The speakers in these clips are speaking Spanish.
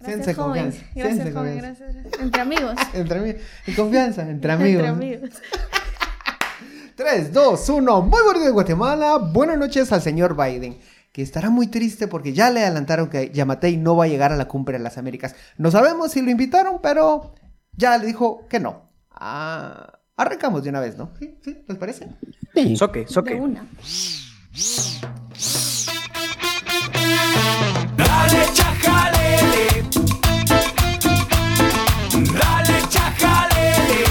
Gracias, joven. confianza. Gracias, Sense joven. confianza. Gracias, gracias. Entre amigos. Entre amigos. Y confianza, entre amigos. Entre amigos. 3, 2, 1. Muy bonito de Guatemala. Buenas noches al señor Biden, que estará muy triste porque ya le adelantaron que Yamatei no va a llegar a la cumbre de las Américas. No sabemos si lo invitaron, pero ya le dijo que no. Ah, arrancamos de una vez, ¿no? ¿Sí? ¿Sí? ¿Les parece? Soque, De soque. una. Dale chajalele. Dale chajalele.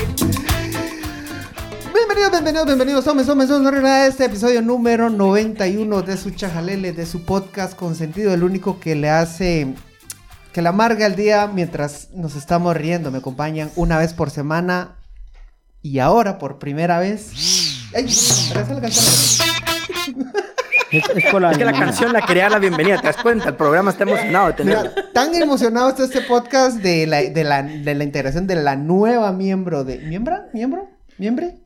Bienvenidos, bienvenidos, bienvenidos. Somos, somos, somos a este episodio número 91 de su chajalele, de su podcast con sentido, el único que le hace que le amarga el día mientras nos estamos riendo. Me acompañan una vez por semana y ahora por primera vez. ¡Ay! regresa la canción. Es, es por la Es que la animada. canción la quería dar la bienvenida, ¿te das cuenta? El programa está emocionado de tenerla. Mira, tan emocionado está este podcast de la, de la, de la integración de la nueva miembro de. ¿Miembra? ¿Miembro? ¿Miembre?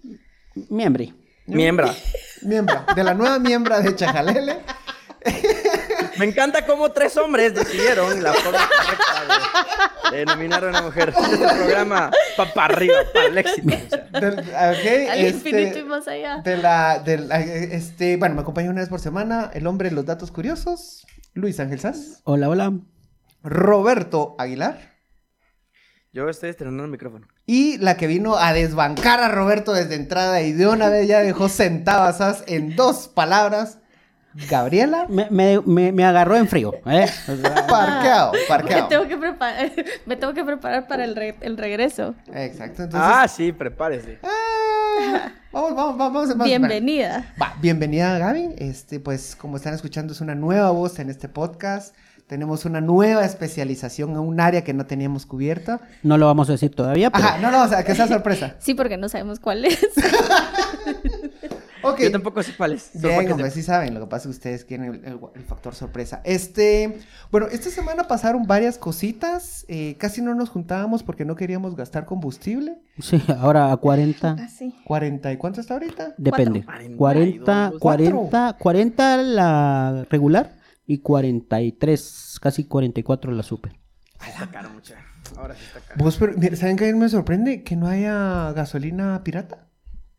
Miembre. Miembra. Miembra. De la nueva miembra de Chajalele. Me encanta cómo tres hombres decidieron la forma correcta de, de nominar a una mujer. Este programa va para arriba, para el éxito. o sea. Del- ok, Al este, infinito y más allá. De la, de la- este, bueno, me acompaña una vez por semana el hombre de los datos curiosos, Luis Ángel Sanz, Hola, hola. Roberto Aguilar Yo estoy estrenando el micrófono. y la que vino a desbancar a Roberto desde entrada y de una vez ya dejó sentada a Sanz en dos palabras, Gabriela, Me, me, me, me agarró en frío. ¿eh? O sea, parqueado, Porque parqueado. tengo que preparar, me tengo que preparar para el, re- el regreso. Exacto, entonces... Ah, sí, prepárese. ah, vamos, vamos, vamos, vamos. vamos. Bienvenida. Va, bienvenida Gaby. Este, pues como están escuchando es una nueva voz en este podcast. Tenemos una nueva especialización en un área que no teníamos cubierta. no lo vamos a decir todavía, pero Ajá, no, no, o sea, que sea sorpresa. Sí, porque no sabemos cuál es. Ok. Yo tampoco sé cuál es. solo para Bien, que hombre, sepa. sí saben, lo que pasa es que ustedes quieren el, el- el factor sorpresa. Este, bueno, esta semana pasaron varias cositas, eh, casi no nos juntábamos porque no queríamos gastar combustible. sí, ahora a Ah. 40. Así. 40, ¿y cuánto está ahorita? Depende. Cuatro. 40, Cuatro. 40, 40 la regular y 43, casi 44 la super. Ah, Está caro, mucha. Ahora sí está caro. Vos, pero, mira, ¿saben qué me sorprende? Que no haya gasolina pirata.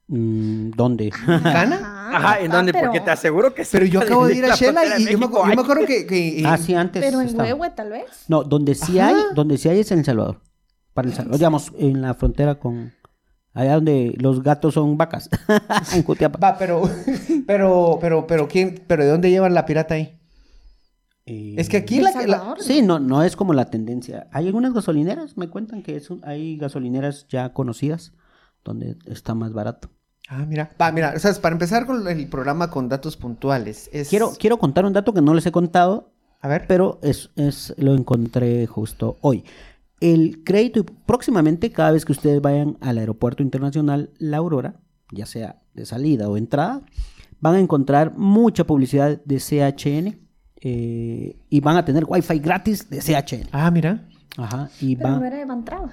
Mm, ¿Dónde? Ah, ¿Gana? Ajá, ¿en dónde? Pero- Porque te aseguro que sí Ah, Pero yo sale acabo de en ir a la Shela frontera y de yo me, México. acu- yo me acuerdo que... que- eh, ah, sí, antes. Pero en estaba. Huehue, tal vez. No, donde sí Ajá. hay, donde sí hay es en El Salvador. Para El Salvador, digamos, en la frontera con. Allá donde los gatos son vacas. en Jutiapa. Va, pero... Pero, pero, pero, ¿quién, pero ¿de dónde llevan la pirata ahí? Eh, Es que aquí ¿El la... la- Salvador? Sí, no, no es como la tendencia. Hay algunas gasolineras, me cuentan que es un- hay gasolineras ya conocidas donde está más barato. Ah, mira. Va, mira, o sea, para empezar con el programa con datos puntuales, es... Quiero, quiero contar un dato que no les he contado, A ver. pero es, es, lo encontré justo hoy. El crédito, y próximamente cada vez que ustedes vayan al aeropuerto internacional La Aurora, ya sea de salida o entrada, van a encontrar mucha publicidad de CHN eh, y van a tener wifi gratis de CHN. Ah, mira. Ajá, y Pero van... no era de Bantraba.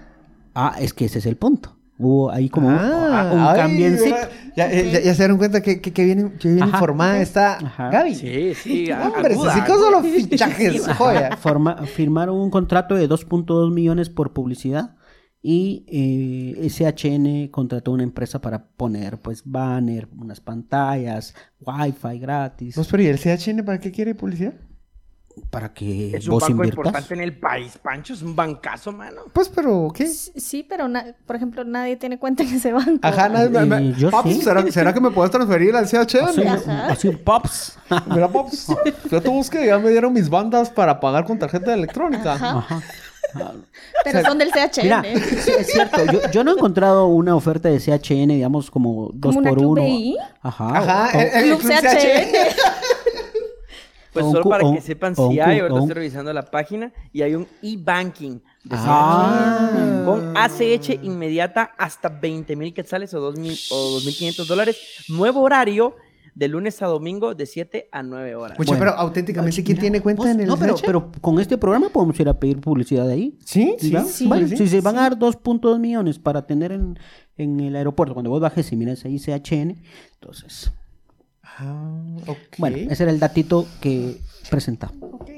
Ah, es que ese es el punto. Hubo ahí como un- Ah, un, ay, cambiencito. ¿verdad? Ya, eh, ya- ya se dieron cuenta que, que, que bien, que bien Ajá. informada está Ajá. Gaby. Sí, sí, a- Hombre, aguda, se aguda. solo fichajes, joya. Forma- firmaron un contrato de 2.2 millones por publicidad y eh, SHN contrató una empresa para poner pues banner, unas pantallas, wifi gratis Vos, pero ¿y el CHN para qué quiere publicidad? para que Es un vos banco inviertas. importante en el país, Pancho. Es un bancazo, mano. Pues, pero, ¿qué? Sí, pero na- por ejemplo, nadie tiene cuenta en ese banco. Ajá, nadie me- me- Eh, yo Papi, sí. Ah, ¿será, será que me puedes transferir al CHN? Así, Ajá. así, pops. Mira, Pops, yo te busqué, ya me dieron mis bandas para pagar con tarjeta electrónica. Ajá. Pero son del CHN. Mira, pues, sí, es cierto, yo, yo no he encontrado una oferta de CHN, digamos, como dos una por Club uno. BI? Ajá. Ajá, o- el, el Club Club CHN. CHN. Pues O un solo cu- para o que un- sepan o si un hay, cu- ahorita o un- estoy revisando la página y hay un e-banking de Ah. CHN, con ACH inmediata hasta 20 mil quetzales o 2.000 o 2.500 dólares. Nuevo horario de lunes a domingo de 7 a 9 horas. Mucho, pero auténticamente, ¿quién Mira, tiene cuenta vos- en el No, pero, CHN? pero con este programa podemos ir a pedir publicidad de ahí. Sí, sí, ¿verdad? sí. Bueno, sí. si se van a dar 2.2 millones para tener en, en el aeropuerto, cuando vos bajes y miras ahí CHN, entonces... Ah, ok. Bueno, ese era el datito que presentaba. Ok.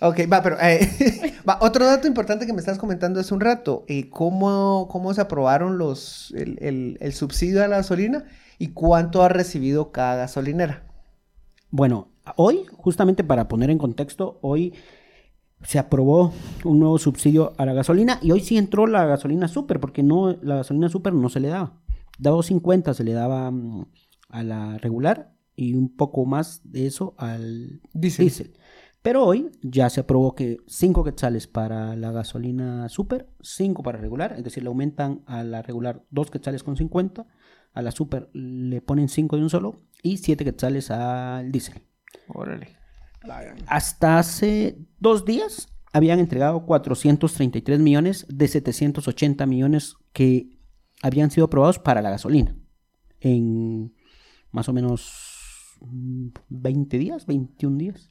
Ok, va, pero eh, va, otro dato importante que me estás comentando hace un rato, eh, ¿cómo, ¿cómo se aprobaron los, el, el- el subsidio a la gasolina y cuánto ha recibido cada gasolinera? Bueno, hoy, justamente para poner en contexto, hoy se aprobó un nuevo subsidio a la gasolina y hoy sí entró la gasolina super, porque no, la gasolina super no se le daba. Daba 2.50, se le daba mm, a la regular y un poco más de eso al Diésel. diésel. Pero hoy ya se aprobó que 5 quetzales para la gasolina super, 5 para regular, es decir, le aumentan a la regular 2 quetzales con 50, a la super le ponen 5 de un solo y 7 quetzales al diésel. Órale. Hasta hace dos días habían entregado 433 millones de 780 millones que habían sido aprobados para la gasolina en más o menos mm, 20 días, 21 días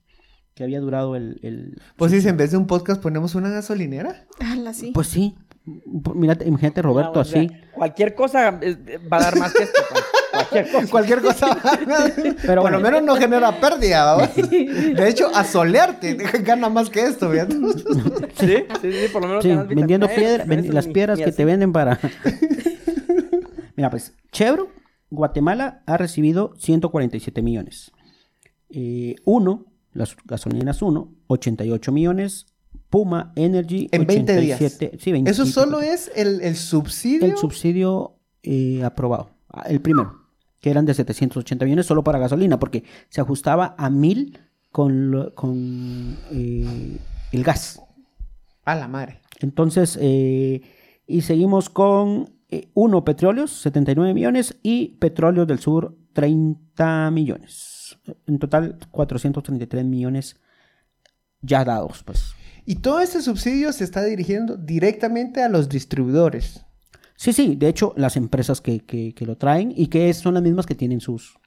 que había durado el... el- Pues sí, si en vez de un podcast ponemos una gasolinera. Ala, sí. Pues sí, mm, mira, imagínate Roberto o sea, así. Cualquier cosa eh, eh, va a dar más que esto. pues. Cualquier cosa. Cualquier cosa. Pero Por bueno. lo menos no genera pérdida, ¿va? De hecho, asolearte gana más que esto, ¿verdad? Sí, sí, sí, por lo menos. Sí, ganas vitamina vendiendo E, piedra- ven- eso las ni- piedras ni que así. te venden para... Mira, pues, Chevro, Guatemala ha recibido 147 millones. Eh, uno, las gasolinas Uno, 88 millones. Puma Energy, En 20 días. 87. Sí, 20, Eso solo es el, el subsidio. El subsidio eh, aprobado, Ah, el primero, que eran de 780 millones solo para gasolina, porque se ajustaba a 1000 con, lo- con eh, el gas. A la madre. Entonces, eh, y seguimos con eh, uno, petróleos, 79 millones, y petróleos del sur, 30 millones. En total, 433 millones ya dados, pues. Y todo este subsidio se está dirigiendo directamente a los distribuidores. Sí, sí, de hecho, las empresas que, que- que lo traen y que es- son las mismas que tienen sus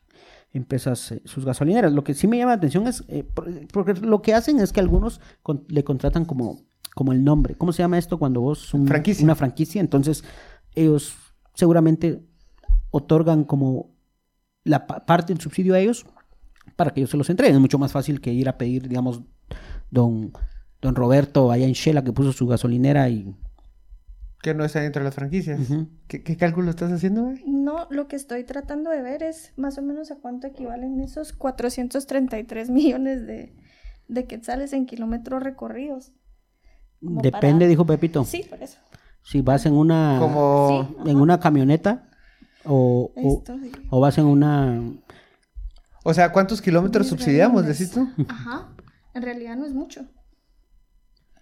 empresas, eh, sus gasolineras. Lo que sí me llama la atención es, eh, por- porque lo que hacen es que algunos con- le contratan como, como el nombre. ¿Cómo se llama esto cuando vos un- Franquicia. una franquicia? Entonces, ellos seguramente otorgan como la pa- parte del subsidio a ellos para que ellos se los entreguen. Es mucho más fácil que ir a pedir, digamos, don, don Roberto allá en Shela que puso su gasolinera y... Que no están dentro de las franquicias. Ujú. ¿Qué, qué cálculo estás haciendo, güey? No, lo que estoy tratando de ver es más o menos a cuánto equivalen esos 433 millones de, de quetzales en kilómetros recorridos. Como Depende, para- dijo Pepito. Sí, por eso. Si vas en una Como. Sí. en una camioneta o, o, Esto, digo. o vas en una O sea, ¿cuántos kilómetros Mil subsidiamos, gallines. decís tú? Ajá. En realidad no es mucho.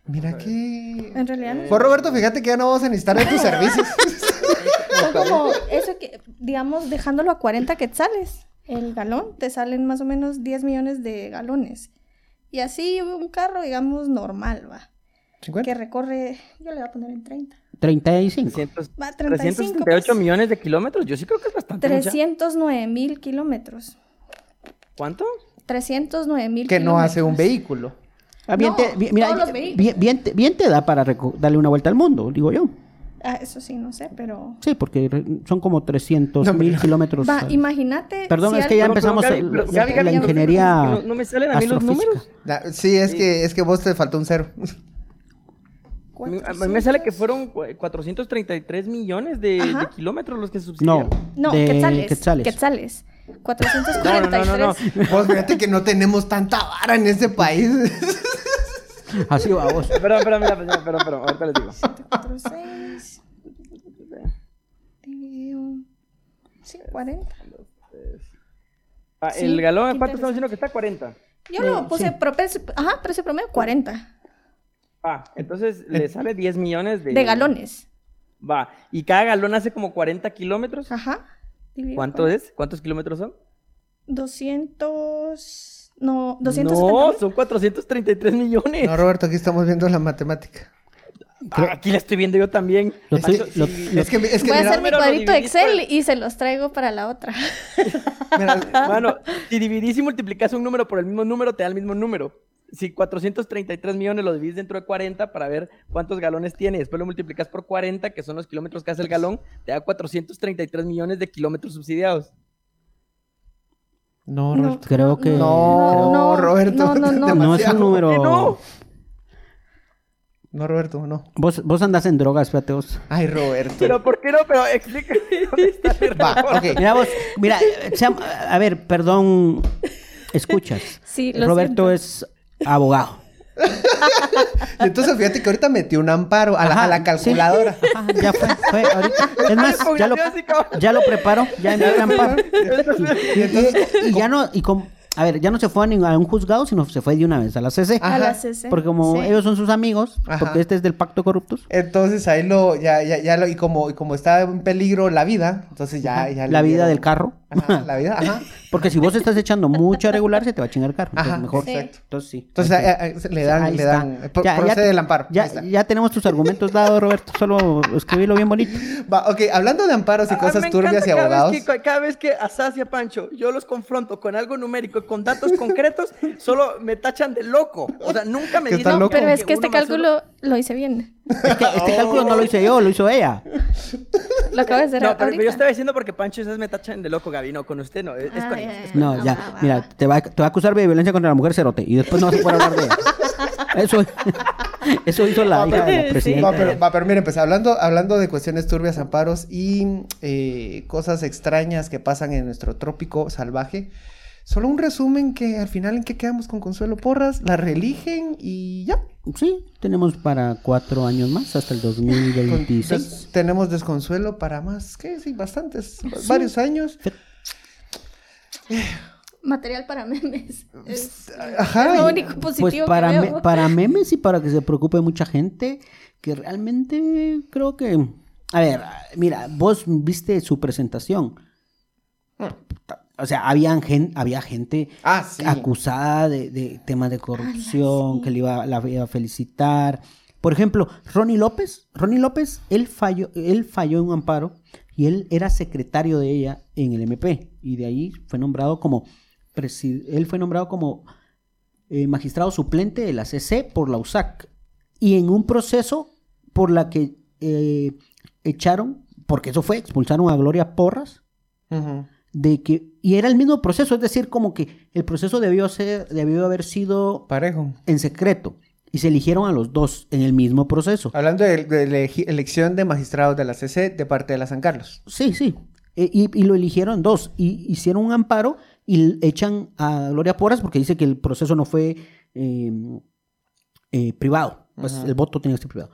Mira que. En realidad no es Pues Roberto, fíjate que ya no vamos a necesitar de tus servicios. Son como eso que, digamos, dejándolo a 40 quetzales el galón, te salen más o menos 10 millones de galones. Y así un carro, digamos, normal, va. Que 50. recorre, yo le voy a poner en 30. 35. 300, Va, 35. 378 pues. millones de kilómetros. Yo sí creo que es Ah, bastante. mucha. 309 mil kilómetros. ¿Cuánto? 309 mil Que no hace un vehículo. Ah, bien No, te- bien- mira, todos los bien, vehículos. bien te, bien te da para reco- darle una vuelta al mundo, digo yo. Ah, eso sí, no sé, pero... Sí, porque re- son como 300 mil kilómetros. Va, al- imagínate... Perdón, si es que ya alguien- Pero- pero empezamos Gaby, el- pero la- Gaby, la Gaby, ingeniería no- no me salen a mí los astrofísica. números. La- Sí, es que, es que vos te faltó un cero. A mí me sale que fueron cu- 433 millones de, Ajá. de kilómetros los que se No, subsidiaron. No, de quetzales. quetzales. Quetzales. 443. No, no, no, no, no. Vos fíjate que no tenemos tanta vara en este país. Así Ah, va vos. Pero, pero, mira, pero, pero, pero, ahorita les digo. 46 dividido sí, 40. Ah, Sí, el galón, qué ¿cuánto estamos diciendo que está? 40. Yo lo puse prope- ajá, precio promedio 40 Ah, entonces le sale 10 millones de, Eh, de galones. Va, y cada galón hace como 40 kilómetros. Ajá. dividido ¿Cuánto por- es? ¿Cuántos kilómetros son? 200 no, No, 270. son 433 millones. No, Roberto, aquí estamos viendo la matemática. Ah, aquí la estoy viendo yo también. Lo Es que, tengo- lo- es que, es que Voy mira, a hacer mi Pero lo cuadrito de dividís Excel y se los traigo para la otra. mira, Mano, si dividís y multiplicas un número por el mismo número, te da el mismo número. Si 433 millones lo dividís dentro de 40 para ver cuántos galones tiene, y después lo multiplicas por 40, que son los kilómetros que hace el galón, te da 433 millones de kilómetros subsidiados. No, No. Roberto. creo que No, Roberto, No, no, no. no es un demasiado. número. ¿Por qué no? No, Roberto, no. Vos, vos andas en drogas, fíjate vos. Ay, Roberto. Pero ¿por qué no? Pero explícame. dónde está mi Va, razón. ok. Mira vos, mira, Sam, a ver, perdón, escuchas. Sí, lo Roberto siento. es abogado. Entonces, fíjate que ahorita metió un amparo a la, a la Ajá, sí. calculadora. Ajá, ya fue, fue ahorita. Es más, Pongan ya lo, música. ya lo preparo, ya envié el amparo. Y entonces, Y ya no, y com- a ver, ya no se fue a ningún a un juzgado, sino se fue de una vez a la CC. A Ajá. la CC. Porque como Ah, Sí. ellos son sus amigos, Ajá. porque este es del pacto corruptos, entonces ahí lo, ya, ya, ya lo, y como, y como está en peligro la vida, entonces ya, ya le la vida dieron- del carro. Pues Ajá, la vida, ajá. Porque si vos estás echando mucha regular, se te va a chingar el carro. Ajá, Entonces, mejor. exacto. Entonces sí. Entonces Ahí está. eh, eh, le dan, Ahí le está. dan, eh, pro- Ya- ya procede te- el amparo. Ahí Ya, está. ya tenemos tus argumentos dados, Roberto. Solo escribirlo bien bonito. Va, ok, hablando de amparos y Ah, cosas me turbias encanta y cada abogados. Vez que, cada vez que Asacia Pancho, yo los confronto con algo numérico, con datos concretos, solo me tachan de loco. O sea, nunca me Que dicen está No, loco. pero es que este uno más uno- cálculo lo hice bien. Es que Oh. este cálculo no lo hice yo, lo hizo ella. Lo acabo de hacer No, pero yo ahorita. estaba diciendo porque Pancho esas me tachan de loco, Gaby. No, con usted no. Es, es Ah, con ya, ellos, es ya. con- No, Ah, ya. va, Mira, va. te va, te va a acusar de violencia contra la mujer cerote y después no vas a poder hablar de ella. Eso, eso hizo la Va, hija de la pero- presidenta. Va, pero, va, pero miren, pues hablando, hablando de cuestiones turbias, amparos y eh, cosas extrañas que pasan en nuestro trópico salvaje. Solo un resumen que al final en qué quedamos con Consuelo Porras, la religen y ya. Sí, tenemos para cuatro años más, hasta el Entonces, 2026. tenemos desconsuelo para más, ¿qué? Sí, bastantes, varios años. Material para memes. Es Pues, Ajá. lo y- único positivo Pues para, que me- veo. para memes y para que se preocupe mucha gente, que realmente creo que... A ver, mira, vos viste su presentación. Mm. O sea, habían gen- había gente Ah, sí. acusada de, de temas de corrupción, sí. que le iba, la iba a felicitar. Por ejemplo, Ronnie López, Ronnie López, él falló, él falló en un amparo y él era secretario de ella en el MP y de ahí fue nombrado como presi- él fue nombrado como eh, magistrado suplente de la CC por la USAC y en un proceso por la que eh, echaron, porque eso fue, expulsaron a Gloria Porras Ujú. de que y era el mismo proceso, es decir, como que el proceso debió ser debió haber sido Parejo. en secreto y se eligieron a los dos en el mismo proceso. Hablando de, de la elegi- elección de magistrados de la CC de parte de la San Carlos. Sí, sí. E- Y, y lo eligieron dos y hicieron un amparo y l- echan a Gloria Porras porque dice que el proceso no fue eh, eh, privado, pues Ajá. el voto tenía que ser privado.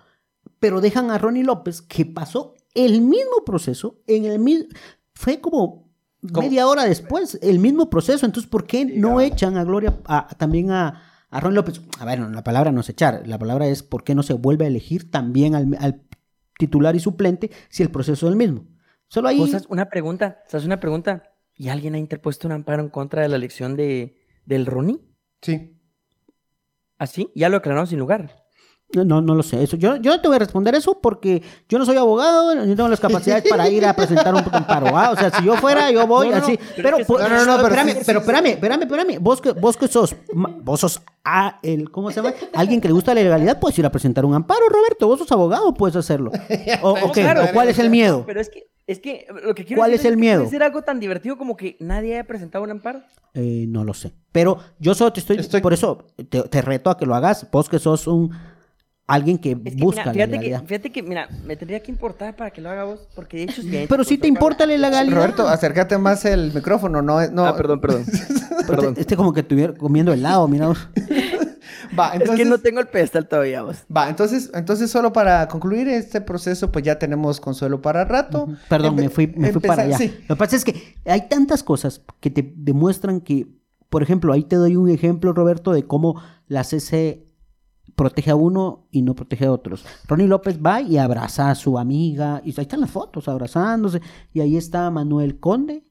Pero dejan a Ronnie López que pasó el mismo proceso en el mismo fue como ¿Cómo? media hora después el mismo proceso, entonces ¿por qué no echan a Gloria a- también a a Ronnie López? A ver, no, la palabra no es echar, la palabra es ¿por qué no se vuelve a elegir también al, al titular y suplente si el proceso es el mismo? Solo ahí Vos haz una pregunta, ¿sabes una pregunta? ¿Y alguien ha interpuesto un amparo en contra de la elección de, del Ronnie? Sí. ¿Así? Ya lo aclararon sin lugar. No, no lo sé. Eso, yo, yo no te voy a responder eso porque yo no soy abogado, ni tengo las capacidades para ir a presentar un amparo. ¿ah? O sea, si yo fuera, yo voy No, no, así. no, pero, pero es que- pues, No, no, no, pero espérame, sí, sí, pero sí. espérame, espérame, espérame. Vos que, vos que sos, ma- vos sos a el, ¿cómo se llama? Alguien que le gusta la legalidad, puedes ir a presentar un amparo, Roberto. Vos sos abogado, puedes hacerlo. ¿O, o qué? Claro. ¿O cuál es el miedo? Pero es que, es que lo que quiero ¿Cuál decir es el que puede miedo? ser algo tan divertido como que nadie haya presentado un amparo. Eh, no lo sé. Pero yo solo te estoy, Estoy- por eso te, te reto a que lo hagas. Vos que sos un, alguien que Es que, busca mira, la fíjate que, legalidad. fíjate que, mira, me tendría que importar para que lo haga vos, porque de hecho... sí hay- Pero si te importa la legalidad. Roberto, acércate más el micrófono, no, no. Ah, perdón, perdón. Pero perdón. Este, este como que estuviera comiendo helado, mira. vos. Va, entonces, Es que no tengo el pedestal todavía, vos. va, entonces, entonces solo para concluir este proceso, pues ya tenemos consuelo para rato. Perdón, Empe- me fui, me fui para empezar- allá. sí. Lo que pasa es que hay tantas cosas que te demuestran que, por ejemplo, ahí te doy un ejemplo, Roberto, de cómo la CC protege a uno y no protege a otros. Ronnie López va y abraza a su amiga, y ahí están las fotos abrazándose, y ahí está Manuel Conde,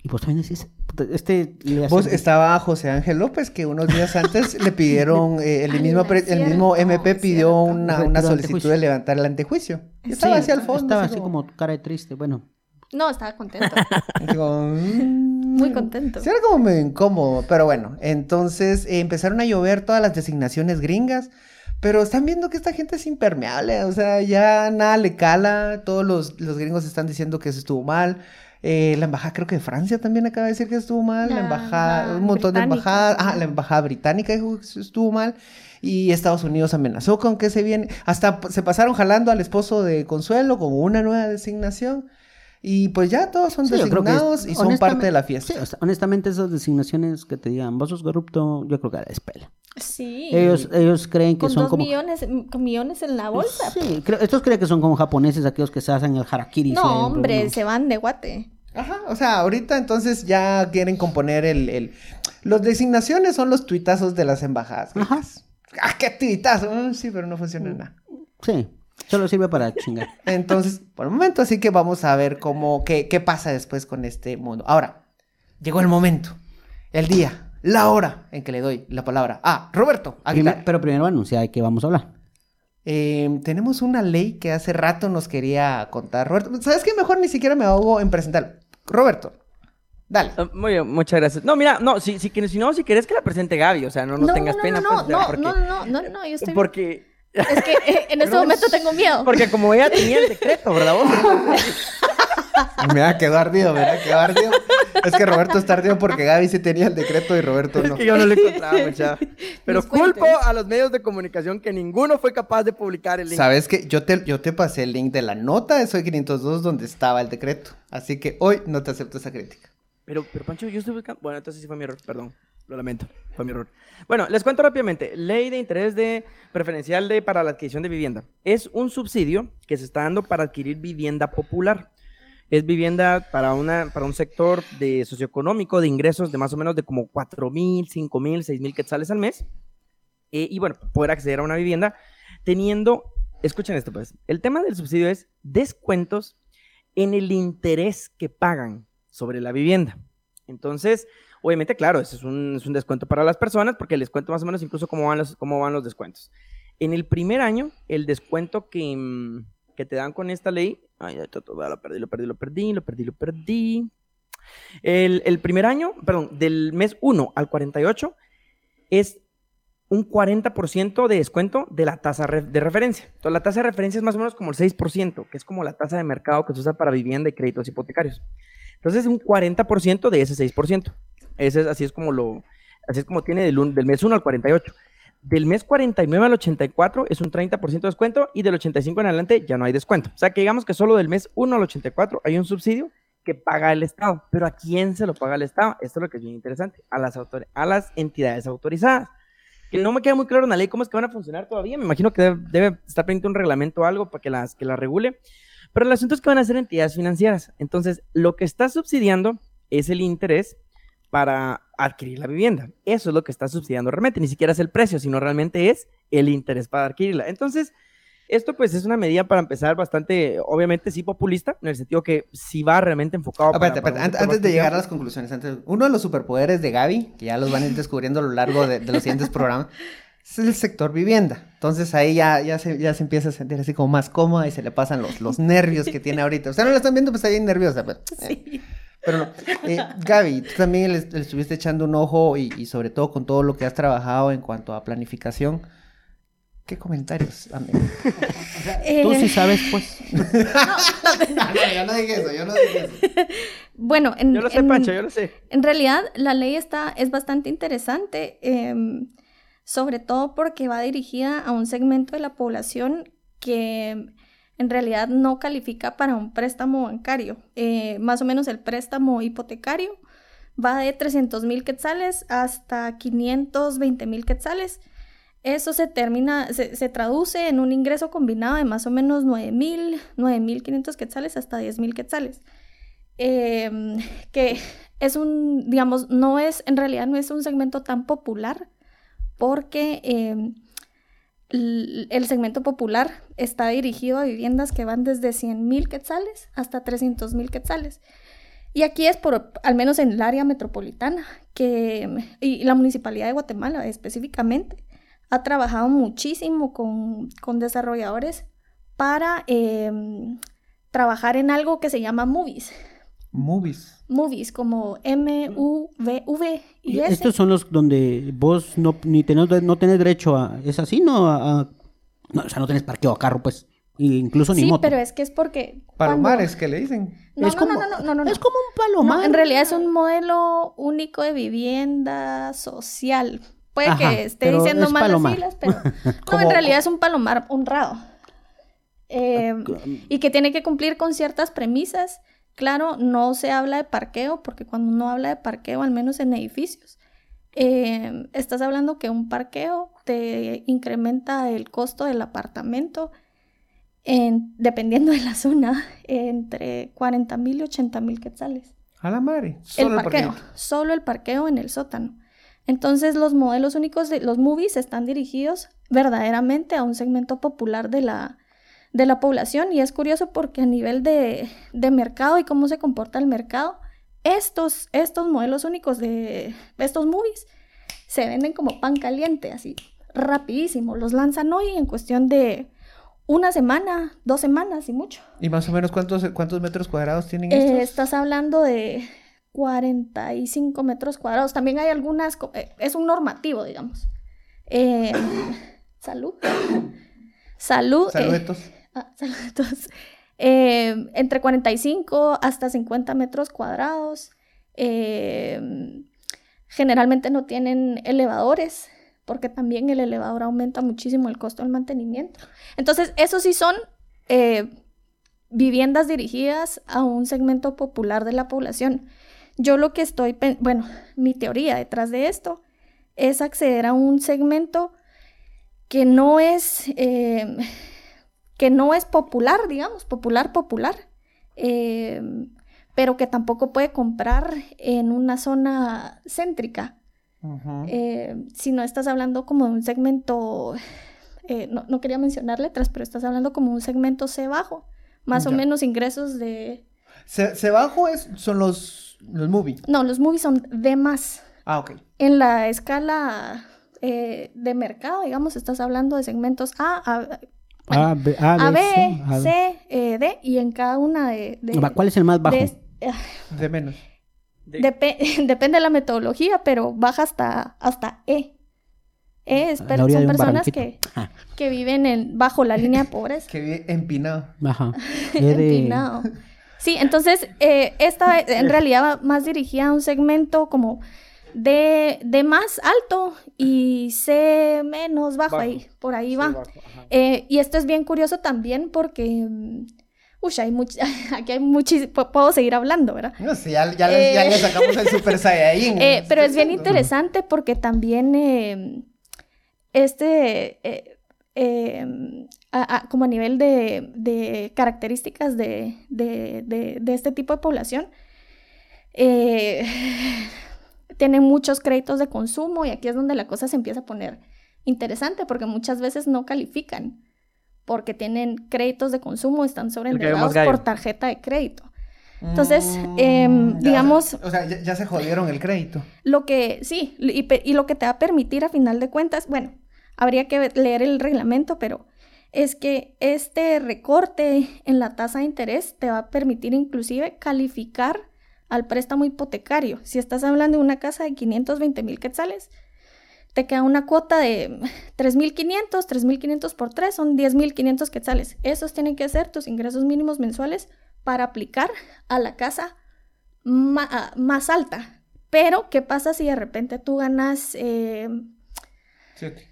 y vos también decís, "Puta, este le hace- Vos estaba José Ángel López, que unos días antes le pidieron, eh, el, Ah, Ay, mismo, no es pre- el cierto, mismo MP es pidió cierto. una, una Retiro de solicitud antejuicio. de levantar el antejuicio. Y Sí, Estaba hacia el fondo. Estaba así como cara de triste, bueno. No, estaba contento. Digo, "Mm". Muy contento. Sí, era como medio incómodo, pero bueno. Entonces eh, empezaron a llover todas las designaciones gringas. Pero están viendo que esta gente es impermeable, o sea, ya nada le cala, todos los, los gringos están diciendo que eso estuvo mal, Eh, la embajada, creo que de Francia también acaba de decir que estuvo mal. La, La embajada, embajada un montón de británica. embajadas. Ah, la embajada británica dijo que estuvo mal. Y Estados Unidos amenazó con que se viene. Hasta p- se pasaron jalando al esposo de Consuelo como una nueva designación. Y pues ya todos son Sí, yo creo que es- designados y son parte de la fiesta. sí, o sea, honestamente, esas designaciones que te digan, vos sos corrupto, yo creo que la despela. Sí. Ellos, ellos creen que con son dos como... Pues, millones, con millones en la bolsa. Sí, creo- estos creen que son como japoneses, aquellos que se hacen el harakiri. siempre, no, hombre, ¿no? se van de guate. Ajá, o sea, ahorita entonces ya quieren componer el... el... Los designaciones son los tuitazos de las embajadas. Ajá. gringas. Ah, qué tuitazo. Mm, sí, pero no funciona en nada. Sí, solo sirve para chingar. Entonces, por el momento, así que vamos a ver cómo, qué, qué pasa después con este mundo. Ahora, llegó el momento, el día, la hora en que le doy la palabra a Roberto Primer- Aguilar. pero primero anuncia de qué vamos a hablar. Eh, tenemos una ley que hace rato nos quería contar. Roberto, ¿sabes qué? Mejor ni siquiera me ahogo en presentarlo. Roberto, dale. Ah, Muy bien, muchas gracias. No, mira, no, si, si, quieres- si no, si querés que la presente Gaby, o sea, no, no, tengas pena. No, pues, no, porque, no, no, no, no, yo estoy. porque, Es que eh, en este momento tengo miedo. porque como ella tenía el decreto, ¿verdad? vos? Mira, quedó ardido, mira, quedó ardido. Es que Roberto está ardido porque Gaby sí tenía el decreto y Roberto Es que yo no lo encontraba, muchacha. Pero Mis culpo fuentes. a los medios de comunicación que ninguno fue capaz de publicar el link. Sabes que yo te, yo te pasé el link de la nota de Soy 502 donde estaba el decreto. Así que hoy no te acepto esa crítica. Pero, pero Pancho, yo estoy buscando. Bueno, entonces sí fue mi error, perdón. Lo lamento, fue mi error. Bueno, les cuento rápidamente. Ley de interés de preferencial de, para la adquisición de vivienda. Es un subsidio que se está dando para adquirir vivienda popular. Es vivienda para, una, para un sector de socioeconómico de ingresos de más o menos de como 4 mil, 5 mil, 6 mil quetzales al mes. Eh, y bueno, poder acceder a una vivienda teniendo, escuchen esto pues, el tema del subsidio es descuentos en el interés que pagan sobre la vivienda. Entonces, obviamente, claro, eso es un, es un descuento para las personas porque les cuento más o menos incluso cómo van los, cómo van los descuentos. En el primer año, el descuento que, mm, que te dan con esta ley, ay, ya, ya, ya, lo perdí, lo perdí, lo perdí, lo perdí, lo perdí. El, el primer año, perdón, del mes 1 al 48 es un 40% de descuento de la tasa re- de referencia. Entonces, la tasa de referencia es más o menos como el 6%, que es como la tasa de mercado que se usa para vivienda y créditos hipotecarios. Entonces, un 40% de ese 6%. Ese es, así es como lo así es como tiene del, un- del mes 1 al 48. Del mes 49 al 84 es un 30% de descuento y del 85 en adelante ya no hay descuento. O sea, que digamos que solo del mes 1 al 84 hay un subsidio que paga el Estado. Pero ¿a quién se lo paga el Estado? Esto es lo que es bien interesante. A las, autor- a las entidades autorizadas. Que no me queda muy claro en la ley cómo es que van a funcionar todavía. Me imagino que debe, debe estar pendiente un reglamento o algo para que las que la regule. Pero el asunto es que van a ser entidades financieras. Entonces, lo que está subsidiando es el interés para adquirir la vivienda. Eso es lo que está subsidiando realmente. Ni siquiera es el precio, sino realmente es el interés para adquirirla. Entonces, esto pues es una medida para empezar bastante, obviamente sí populista, en el sentido que sí va realmente enfocado para- Espérate, para espérate, un an- sector antes de bastante llegar a amplio. las conclusiones, antes- uno de los superpoderes de Gaby, que ya los van a ir descubriendo a lo largo de, de los siguientes programas, es el sector vivienda. Entonces ahí ya, ya, se, ya se empieza a sentir así como más cómoda y se le pasan los, los nervios que tiene ahorita. Ustedes no la están viendo, pues está bien nerviosa. Pero, pero no. Eh, Gaby, tú también le, le estuviste echando un ojo y, y sobre todo con todo lo que has trabajado en cuanto a planificación. ¿Qué comentarios? Amén. Eh, Tú sí sabes, pues. yo no dije eso, yo no dije eso. bueno, en, Yo lo sé, en- Pancho, yo lo sé. En realidad, la ley está, es bastante interesante, em, sobre todo porque va dirigida a un segmento de la población que em, en realidad no califica para un préstamo bancario. Eh, más o menos el préstamo hipotecario va de 300 mil quetzales hasta 520 mil quetzales. Eso se termina, se, se traduce en un ingreso combinado de más o menos 9 mil, 9 mil 500 quetzales hasta 10 mil quetzales. Em, que es un, digamos, no es, en realidad no es un segmento tan popular porque eh, l- el segmento popular está dirigido a viviendas que van desde 100 mil quetzales hasta 300 mil quetzales. Y aquí es por, al menos en el área metropolitana, que, em, y la municipalidad de Guatemala específicamente, ha trabajado muchísimo con, con desarrolladores para eh, trabajar en algo que se llama movies Movies. movies como M U V V y S. Estos son los donde vos no, ni tenés, no tenés derecho a... ¿Es así? No, a, a- no, o sea, no tenés parqueo a carro, pues. Y incluso ni Sí, moto. pero es que es porque... cuando- Palomares, que le dicen. No, es no, como, no, no, no, no, no. Es como un No, palomar. en realidad es un modelo único de vivienda social. Puede Ajá, que esté pero diciendo es mal palomar. las siglas, pero... No, Como- en realidad es un palomar honrado. Eh, c- y que tiene que cumplir con ciertas premisas. Claro, no se habla de parqueo, porque cuando uno habla de parqueo, al menos en edificios, eh, estás hablando que un parqueo te incrementa el costo del apartamento, en- dependiendo de la zona, entre 40 mil y 80 mil quetzales A la madre. el Solo el parqueo, parqueo. solo el parqueo en el sótano. Entonces los modelos únicos de los movies están dirigidos verdaderamente a un segmento popular de la, de la población y es curioso porque a nivel de, de mercado y cómo se comporta el mercado, estos, estos modelos únicos de estos movies se venden como pan caliente, así rapidísimo. Los lanzan hoy en cuestión de una semana, dos semanas y mucho. ¿Y más o menos cuántos, cuántos metros cuadrados tienen Eh, estos? estás hablando de 45 metros cuadrados. También hay algunas, co- eh, es un normativo, digamos. Eh, salud. Salud. eh, Saludos. ah, saludos. Eh, entre 45 hasta 50 metros cuadrados. Eh, generalmente no tienen elevadores, porque también el elevador aumenta muchísimo el costo del mantenimiento. Entonces, esos sí son eh, viviendas dirigidas a un segmento popular de la población. Yo lo que estoy, pen- bueno, mi teoría detrás de esto es acceder a un segmento que no es, eh, que no es popular, digamos, popular, popular, eh, pero que tampoco puede comprar en una zona céntrica. Ujú. Eh, si no estás hablando como de un segmento, eh, no, no quería mencionar letras, pero estás hablando como un segmento C bajo, más o Ya. menos ingresos de... Se, se bajo es, son los, los movie. No, los movies son de más. Ah, ok. En la escala eh, de mercado, digamos, estás hablando de segmentos A, A, bueno, A, B, A, B, A, B, C, A, B. C, eh, D, y en cada una de... de- Va, ¿Cuál es el más bajo? de- eh, De menos. De- depe- depende de la metodología, pero baja hasta, hasta E. E es, A la per- orilla son de un personas que, barranquito. Ah, que viven en, bajo la línea de pobreza. Que bien empinado. Ajá. Yo de- Empinado. Sí, entonces eh, esta en realidad va más dirigida a un segmento como de, de más alto y C menos bajo, Bajo. ahí, por ahí Sí, va. bajo, ajá. Eh, y esto es bien curioso también porque, mm, uy, hay much- aquí hay muchísimo, puedo seguir hablando, ¿verdad? No sé, ya, ya le- ya Eh. le sacamos el Super Saiyajin. Eh, pero es Estoy bien viendo. interesante porque también eh, este, eh, eh, a- a- como a nivel de, de características de, de- de- de este tipo de población, eh, tienen muchos créditos de consumo y aquí es donde la cosa se empieza a poner interesante porque muchas veces no califican porque tienen créditos de consumo, están más sobreendeudadados gallo. por tarjeta de crédito. Entonces, Mm, em, ya, digamos- O sea, ya, ya se jodieron el crédito. Lo que sí, y, pe- y lo que te va a permitir a final de cuentas, bueno, habría que ve- leer el reglamento, pero es que este recorte en la tasa de interés te va a permitir inclusive calificar al préstamo hipotecario. Si estás hablando de una casa de 520 mil quetzales, te queda una cuota de 3.500, 3.500 por 3 son 10.500 quetzales. Esos tienen que ser tus ingresos mínimos mensuales para aplicar a la casa ma- a- más alta. Pero, ¿qué pasa si de repente tú ganas eh, Siete.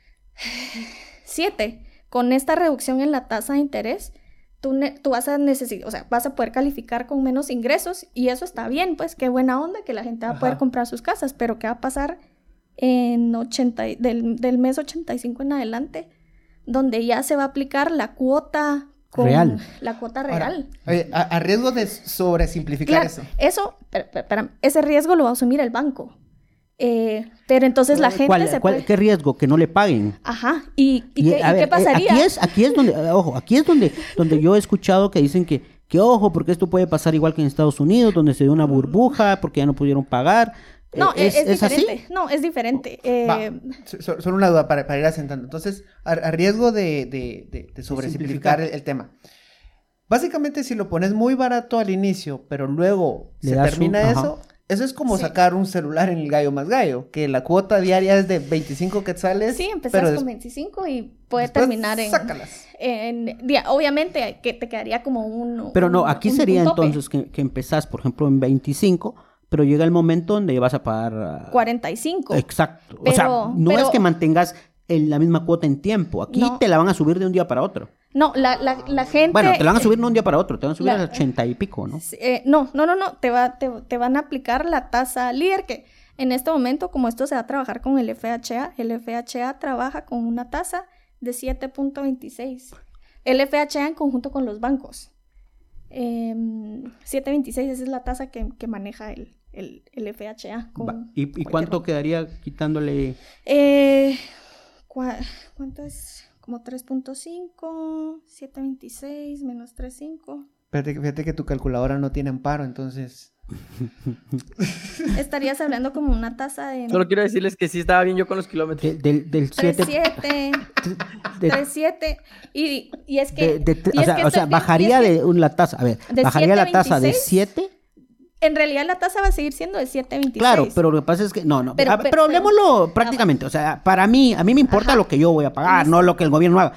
7? Con esta reducción en la tasa de interés, tú, ne- tú vas a necesitar, o sea, vas a poder calificar con menos ingresos y eso está bien, pues qué buena onda que la gente va a poder Ajá. comprar sus casas, pero ¿qué va a pasar en 80, y- del, del mes 85 en adelante, donde ya se va a aplicar la cuota con- Real. La cuota Ahora, real. oye, a, a riesgo de sobresimplificar Claro, eso. eso, pero- pero- pero ese riesgo lo va a asumir el banco. Eh, pero entonces la gente ¿Cuál- se cuál- puede- ¿Qué riesgo? Que no le paguen. Ajá, ¿y, y Y, qué, a y ver, qué eh, pasaría? Aquí es, aquí es donde, eh, ojo, aquí es donde, donde yo he escuchado que dicen que, que ojo, porque esto puede pasar igual que en Estados Unidos, donde se dio una burbuja, porque ya no pudieron pagar. Eh, no, es, es así. diferente. No, es diferente. Eh, Va, so- so- solo una duda para, para ir asentando. Entonces, a, a riesgo de, de- de- de sobresimplificar el, el tema. Básicamente, si lo pones muy barato al inicio, pero luego Le se das un- termina ajá. eso, Eso es como Sí. sacar un celular en el gallo más gallo, que la cuota diaria es de 25 quetzales. Sí, empezás pero des- con 25 y puede después terminar en... Sácalas. en día- obviamente que te quedaría como un... Pero no, un- aquí un- sería un tope. entonces que, que empezás, por ejemplo, en 25, pero llega el momento donde vas a pagar... ah, 45. Exacto. o Pero- sea, no pero- es que mantengas el- la misma cuota en tiempo. Aquí No. te la van a subir de un día para otro. No, la, la, la gente... Bueno, te la van a subir no un día para otro, te van a subir la- a 80 y pico, ¿no? Eh, no, no, no, no, te, va, te, te van a aplicar la tasa líder que en este momento, como esto se va a trabajar con el FHA, el FHA trabaja con una tasa de 7.26. El FHA en conjunto con los bancos. Em, 7.26, esa es la tasa que, que maneja el, el, el FHA. con Va, ¿Y, y cualquier cuánto banco. quedaría quitándole? Eh, cua- ¿Cuánto es? Como 3.5, 7.26 menos 3.5. Fíjate, que- fíjate que tu calculadora no tiene amparo, entonces. Estarías hablando como una tasa de... Solo quiero decirles que sí estaba bien yo con los kilómetros. de- del, del 7... 37, de- 37 y, y es que, de- de- y o es sea, que o sea, estás bien, bajaría y es que de un- la tasa, a ver, de bajaría la tasa de 7.26. 7 en realidad la tasa va a seguir siendo de 7.26. Claro, pero lo que pasa es que no, no, Pero- ah, pero, pero- hablemoslo prácticamente, o sea, para mí, a mí me importa lo que yo voy a pagar, no lo que el gobierno haga.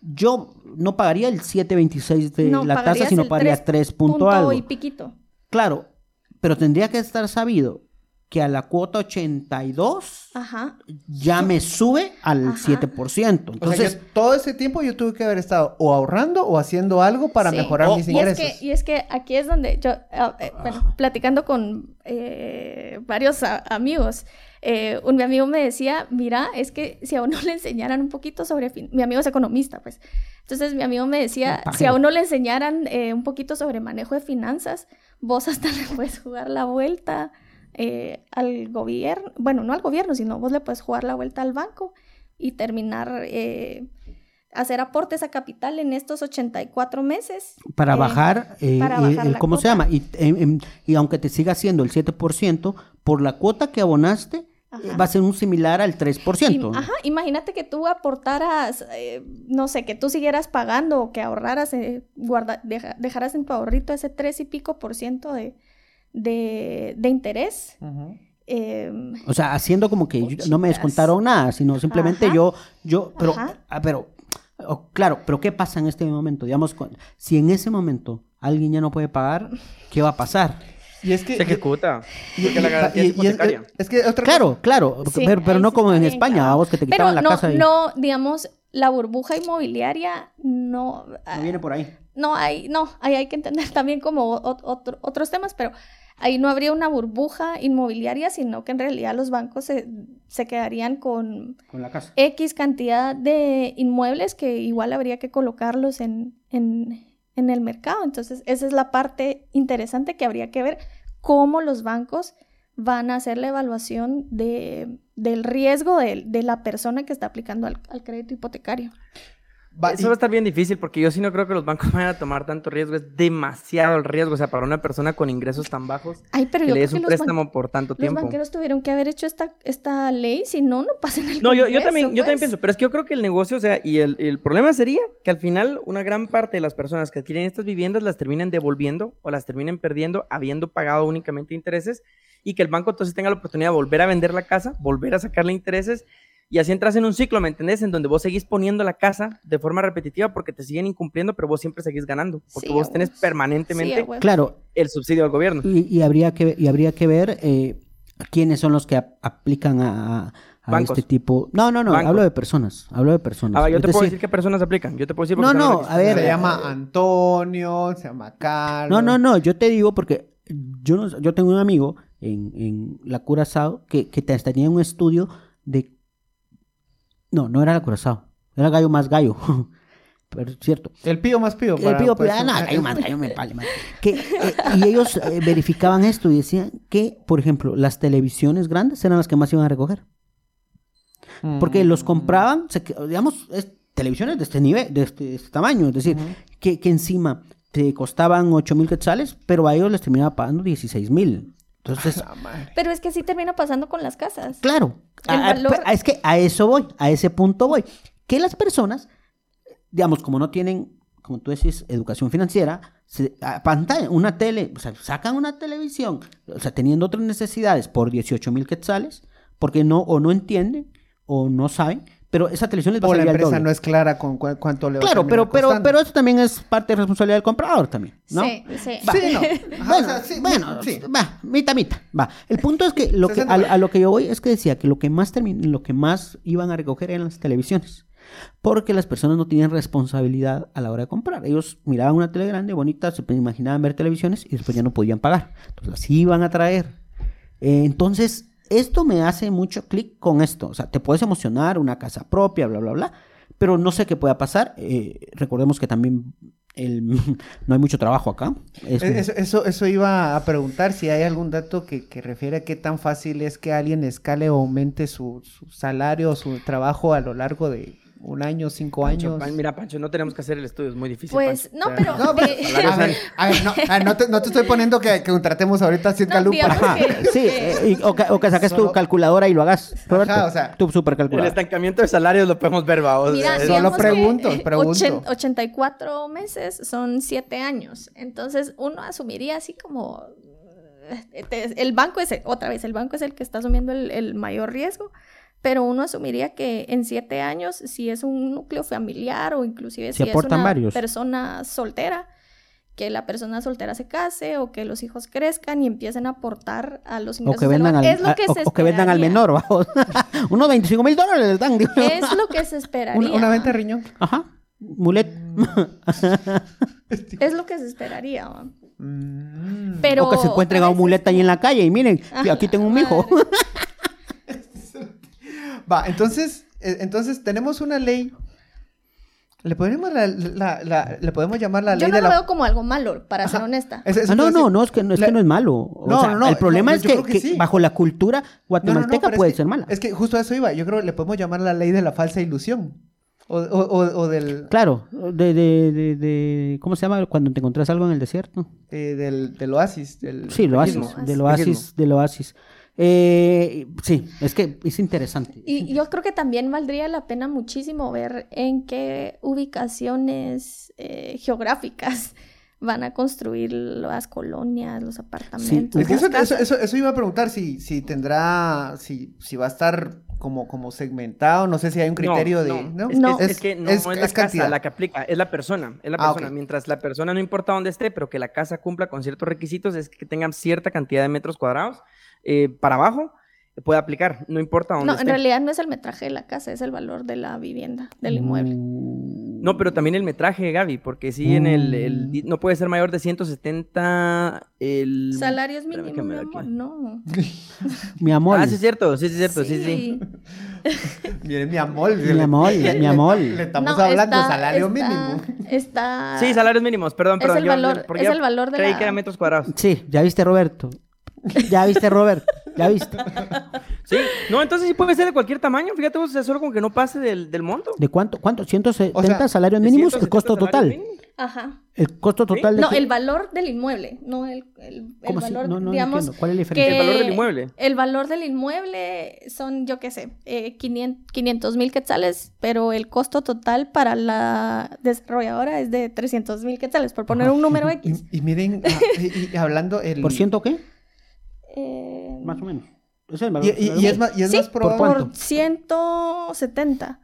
Yo no pagaría el 7.26 de No, la tasa, pagarías sino el pagaría 3 punto punto algo. y piquito. Claro, pero tendría que estar sabido que a la cuota 82 Ajá. ya me sube al Ajá. 7%. O sea, Entonces, yo todo ese tiempo yo tuve que haber estado o ahorrando o haciendo algo para Sí. mejorar O- mis Y es, ingresos. que, y es que aquí es donde yo, ah, eh, bueno, platicando con eh, varios a- amigos, eh, un mi amigo me decía, mira, es que si a uno le enseñaran un poquito sobre, fin- mi amigo es economista, pues, entonces mi amigo me decía, Pajero. si a uno le enseñaran eh, un poquito sobre manejo de finanzas, vos hasta le puedes jugar la vuelta eh, al gobierno, bueno, no al gobierno, sino vos le puedes jugar la vuelta al banco y terminar... eh, hacer aportes a capital en estos 84 meses. para eh, bajar, eh, para eh, bajar el- la ¿cómo se cuota. llama? Y, em, em, y aunque te siga haciendo el 7%, por la cuota que abonaste, eh, Ajá. va a ser un similar al 3%. Im- ¿no? Ajá, imagínate que tú aportaras, eh, no sé, que tú siguieras pagando o que ahorraras, eh, guarda- deja- dejaras en tu ahorrito ese 3 y pico por ciento de, de, de interés. Ujú. eh, O sea, haciendo como que yo- no me descontaron nada, sino simplemente Ajá. yo, yo, pero, Ajá. ah, pero, oh, claro, pero ¿qué pasa en este momento? Digamos, cu- si en ese momento alguien ya no puede pagar, ¿qué va a pasar? Y es que. Se ejecuta. Porque la garantía y- es y es- hipotecaria. es que otra Claro, claro, Sí, pero, pero ahí no sí como está en bien España, clavado. vos que te pero quitaban la no, casa y no, digamos, la burbuja inmobiliaria no... ah, no viene por ahí. no hay, no, ahí hay que entender también como ot- otro- otros temas, pero ahí no habría una burbuja inmobiliaria, sino que en realidad los bancos se, se quedarían con Con la casa. X cantidad de inmuebles que igual habría que colocarlos en, en, en el mercado. Entonces, esa es la parte interesante que habría que ver cómo los bancos van a hacer la evaluación de, del riesgo de, de la persona que está aplicando al, al crédito hipotecario. Va- Eso va a estar bien difícil porque yo sí no creo que los bancos vayan a tomar tanto riesgo. Es demasiado el riesgo. O sea, para una persona con ingresos tan bajos, Ay, pero que yo le creo des que un los ban- préstamo por tanto Los tiempo. banqueros tuvieron que haber hecho esta, esta ley, si no, no pasan el No, yo, yo Congreso, también, yo también pues. pienso, pero es que yo creo que el negocio, o sea, y el, el problema sería que al final una gran parte de las personas que adquieren estas viviendas las terminen devolviendo o las terminen perdiendo habiendo pagado únicamente intereses y que el banco entonces tenga la oportunidad de volver a vender la casa, volver a sacarle intereses y así entras en un ciclo, ¿me entendés? En donde vos seguís poniendo la casa de forma repetitiva porque te siguen incumpliendo, pero vos siempre seguís ganando, porque Sí, a vos tenés huevos. Sí, permanentemente a huevo. Claro, el subsidio al gobierno. y, y habría, que, y habría que ver eh, quiénes son los que ap- aplican a, a Bancos. este tipo. No, no, no, Bancos. hablo de personas, hablo de personas. Ahora, yo Es te puedo decir, decir qué personas aplican, yo te puedo decir No, porque no, tengo la a ver, se eh, llama Antonio, se llama Carlos. No, no, no, yo te digo porque yo, no- yo tengo un amigo en, en la Curazao que, que te- tenía un estudio de... No, no era la Curazao, era gallo más gallo, pero es cierto. El pío más pío. El para- pío, pues, ah, no, ah, gallo más gallo, me vale madre. Que, eh, y ellos eh, verificaban esto y decían que, por ejemplo, las televisiones grandes eran las que más iban a recoger. eh, Porque los mm, compraban, se que- digamos, es- televisiones de este nivel, de este, de este tamaño. Es mm, decir, que, que encima te costaban 8 mil quetzales, pero a ellos les terminaba pagando 16 mil. Entonces, Ah, madre. Pero es que así termina pasando con las casas. claro, El a- a- valor- pe- es que a eso voy, a ese punto voy. Que las personas, digamos, como no tienen como tú decís, educación financiera, se- a pantalla, una tele, o sea, sacan una televisión, o sea, teniendo otras necesidades por 18 mil quetzales, porque no, o no entienden, o no saben, pero esa televisión les pues, va a O la salir al empresa doble. no es clara con cu- cuánto le va a Claro, terminar pero, pero, costando. pero eso también es parte de responsabilidad del comprador también, ¿no? Sí, sí. Va. Sí, no. Ajá, bueno, o sea, sí, pues. bueno, sí. va, mitad, mitad, va. El punto es que, lo que a, 60. a lo que yo voy es que decía que lo que más termi- lo que más iban a recoger eran las televisiones. Porque las personas no tenían responsabilidad a la hora de comprar. Ellos miraban una tele grande, bonita, se pe- imaginaban ver televisiones y después ya no podían pagar. Entonces las iban a traer. Eh, entonces, esto me hace mucho clic con esto. O sea, te puedes emocionar, una casa propia, bla, bla, bla. Pero no sé qué pueda pasar. Eh, recordemos que también el, no hay mucho trabajo acá. Es- Eh, Eso, eso, eso iba a preguntar si hay algún dato que, que refiere a qué tan fácil es que alguien escale o aumente su, su salario o su trabajo a lo largo de un año, cinco Pancho, años. Pan- mira, Pancho, no tenemos que hacer el estudio, es muy difícil. Pues, Pancho. no, O sea, pero- No, pero- Sí. a ver, a ver, no, a ver, no te, no te estoy poniendo que, que contratemos ahorita a Cid No, Galupa. digamos Ajá, que- sí, eh, y- o, que, o que saques tu Solo- calculadora y lo hagas. Roberto, Ajá, o sea, tu El supercalculadora. estancamiento de salarios lo podemos ver, vamos. Mira, solo digamos que, pregunto, eh, pregunto. ochen- 84 meses son 7 años. Entonces uno asumiría así como... eh, te- El banco es, el- otra vez, el banco es el que está asumiendo el, el mayor riesgo, pero uno asumiría que en 7 años, si es un núcleo familiar o inclusive Se si es aportan una varios. persona soltera, que la persona soltera se case o que los hijos crezcan y empiecen a aportar a los O ingresos. que, del vendan al, hogar. es lo a- que o- se o que vendan al esperaría. menor, vamos. Unos 25 mil dólares les dan, digo. Es lo que se esperaría. Una, una venta de riñón. Ajá, mulet. Es lo que se esperaría. ¿va? Mm. Pero o que se encuentren a un veces- mulet ahí en la calle y miren, Ah, aquí tengo un madre. hijo. Va, entonces, eh, entonces tenemos una ley. ¿Le podemos, la, la- la- le podemos llamar la Yo ley no de lo la... veo como algo malo, para ser honesta. Es- es- Ah, no, entonces- no, no, es que no es, que la- no es malo. O No, sea, no, no, el problema no, es yo que, creo que que sí. bajo la cultura No, no, no, guatemalteca pero es puede que- ser mala. Es que justo a eso iba. Yo creo que le podemos llamar la ley de la falsa ilusión. O, o, o- o del, Claro, de, de, de, de- ¿Cómo se llama cuando te encontrás algo en el desierto? eh, del, del oasis. Del Sí, lo haces, espejismo. del Espejismo. oasis, del oasis. Eh, sí, es que es interesante. Y yo creo que también valdría la pena muchísimo ver en qué ubicaciones eh, geográficas van a construir las colonias, los apartamentos. Es que las eso, eso, casas. eso, eso iba a preguntar si, si tendrá, si, si va a estar como, como segmentado, no sé si hay un criterio de... No, Es, No. es- es que no es, la casa la que aplica, es la persona, es la Ah, persona. ok. Mientras la persona no importa dónde esté, pero que la casa cumpla con ciertos requisitos, es que tengan cierta cantidad de metros cuadrados eh, para abajo, puede aplicar, no importa dónde No, en esté. realidad no es el metraje de la casa, es el valor de la vivienda, Mm. del inmueble. No, pero también el metraje, Gaby, porque sí, en el, el- Mm. no puede ser mayor de 170 el... Salarios Espérame mínimos, que me mi da amor, aquí. no. Mi amor, Ah, sí es cierto, sí, sí es cierto, sí, sí. Miren, mi amor. mi amor, mi amor. Le estamos No, hablando está- salario está- mínimo. Está... Sí, salarios mínimos, perdón, Ah. Es perdón. el valor- porque es el valor de creí la- que era metros cuadrados. Sí, ya viste Roberto. Ya viste Roberto. Ya viste. Sí, no, entonces sí puede ser de cualquier tamaño, fíjate vos, o sea, solo con que no pase del, del monto. ¿De cuánto? ¿Cuánto? 170 O sea, salarios De mínimos, el 170 costo salarios total. mínimos. Ajá. El costo total de No, que- el valor del inmueble, no el, el, el ¿Cómo así? valor, No, no digamos, entiendo. ¿Cuál es la que- diferencia? El valor del inmueble. El valor del inmueble son, yo qué sé, eh, 500 mil quetzales, pero el costo total para la desarrolladora es de 300 mil quetzales, por poner un número X. Y, y miren, ah, y, y hablando el... ¿Por ciento qué? Eh, Más o menos. Es el valor. Y, y- y es más, y es Sí, más ¿por probable... cuánto? por 170,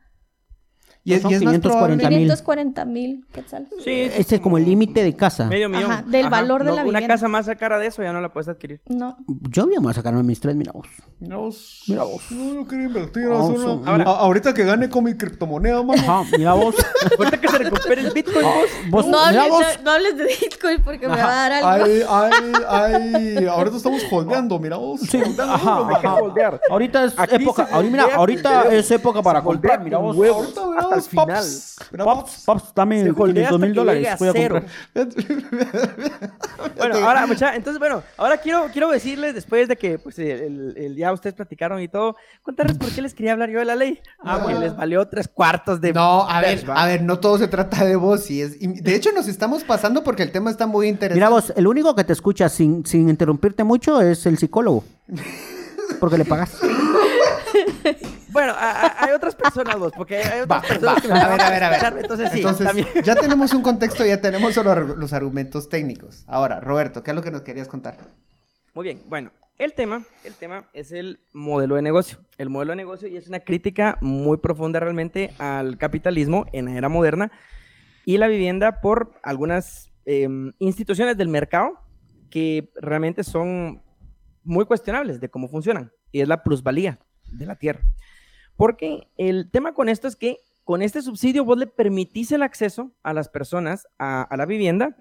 Y es, Son y es más 540 probable... mil. 540 mil quetzales. Sí, sí, Este es como el límite de casa. Medio millón. del valor de la Una vivienda. casa más cara de eso ya no la puedes adquirir. No, Yo voy a sacarme mis tres, mira vos. No, Mira vos. No, yo quería invertir. Ah, hacer son- una- a- ahorita que gane con mi criptomoneda, mano. Ajá, mira vos. Ahorita que se recupere el Bitcoin, vos. Vos- no, hables, mira vos. no- no hables de Bitcoin porque me va a dar algo. Ay, ay, ay. Ahorita estamos holdeando, mira vos. Sí, holdeando ajá, uno, mano. ajá. moldear. Ahorita es Aquí época, se ahorita, mira, moldea, ahorita moldea. es época para Se comprar, moldea mira con vos. huevos. Ahorita, mira Hasta vos, el pops. Mira Pops, pops, dame Se moldea 500 hasta mil que dólares. llegue a Voy a cero. comprar. Bueno, ahora, mucha, entonces, bueno, ahora quiero, quiero decirles, después de que pues, el, el- ya ustedes platicaron y todo, contarles por qué les quería hablar yo de la ley. Ah, porque les valió tres cuartos de... No, a ver, Va. a ver, no todo se trata de vos. Y es, y de hecho, nos estamos pasando porque el tema está muy interesante. Mira vos, el único que te escucha sin, sin interrumpirte mucho es el psicólogo. Porque le pagas. Bueno, a- a- hay otras personas vos, porque hay Va, otras personas va. que me van A ver, a ver, a ver. escuchar, Entonces sí, Entonces, también. ya tenemos un contexto, ya tenemos los, ar- los argumentos técnicos. Ahora, Roberto, ¿qué es lo que nos querías contar? Muy bien, bueno, el tema, el tema es el modelo de negocio. El modelo de negocio y es una crítica muy profunda realmente al capitalismo en la era moderna y la vivienda por algunas eh, instituciones del mercado que realmente son muy cuestionables de cómo funcionan y es la plusvalía de la tierra. Porque el tema con esto es que con este subsidio vos le permitís el acceso a las personas a, a la vivienda,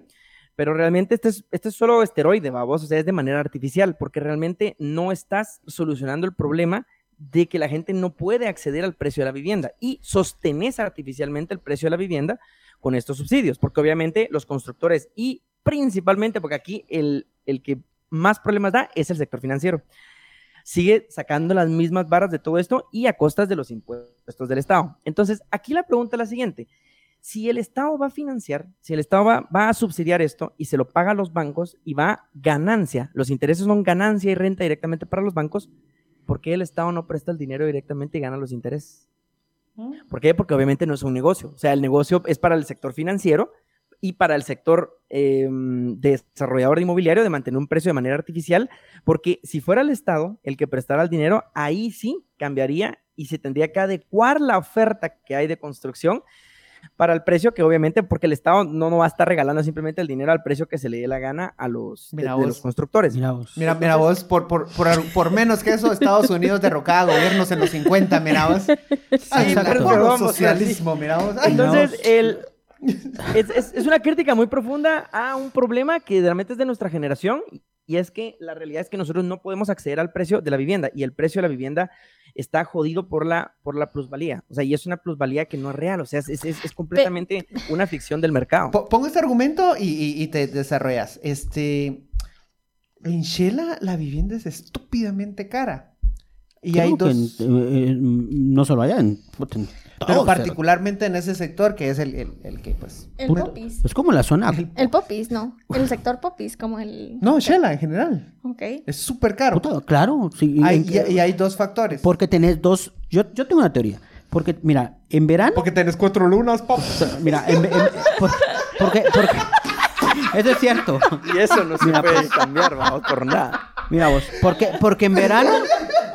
pero realmente este es, este es solo esteroide, babos, o sea, es de manera artificial, porque realmente no estás solucionando el problema de que la gente no puede acceder al precio de la vivienda y sostenés artificialmente el precio de la vivienda con estos subsidios, porque obviamente los constructores y principalmente, porque aquí el, el que más problemas da es el sector financiero sigue sacando las mismas barras de todo esto y a costas de los impuestos del Estado. Entonces, aquí la pregunta es la siguiente. Si el Estado va a financiar, si el Estado va, va a subsidiar esto y se lo paga a los bancos y va a ganancia, los intereses son ganancia y renta directamente para los bancos, ¿por qué el Estado no presta el dinero directamente y gana los intereses? ¿Por qué? Porque obviamente no es un negocio. O sea, el negocio es para el sector financiero y para el sector eh, de desarrollador de inmobiliario de mantener un precio de manera artificial porque si fuera el Estado el que prestara el dinero, ahí sí cambiaría y se tendría que adecuar la oferta que hay de construcción para el precio que obviamente, porque el Estado no, no va a estar regalando simplemente el dinero al precio que se le dé la gana a los, de- Mira de vos. los constructores. Mira vos. Mira, mira vos, por, por, por, ar- por menos que eso, Estados Unidos derrocaba gobiernos en los 50, mira vos. Ay, la- perdón, puro vos, socialismo, mira vos. Ay, no. Entonces, el, es, es- es una crítica muy profunda a un problema que realmente es de nuestra generación y es que la realidad es que nosotros no podemos acceder al precio de la vivienda y el precio de la vivienda está jodido por la, por la plusvalía. O sea, y es una plusvalía que no es real, o sea, es, es- es- es completamente una ficción del mercado. Po- Pongo este argumento y, y- y te desarrollas. Este. En Shela la vivienda es estúpidamente cara. Y Creo hay que dos. en- eh, eh, no solo allá, en, puta, en Pero todo, particularmente en ese sector que es el, el- el que, pues. El puta, popis. Es como la zona El popis, no. El sector popis, como el... No, Shela en general. Ok. Es súper caro. puta, claro. sí, Hay- en- y, y hay dos factores. Porque tenés dos. Yo, yo tengo una teoría. Porque, mira, en verano. Porque tenés cuatro lunas, pop. Mira, en, en- por- porque, porque. Eso es cierto. Y eso no se Mira, puede pues. cambiar, vamos, por nada. Mira vos. Porque, porque en verano.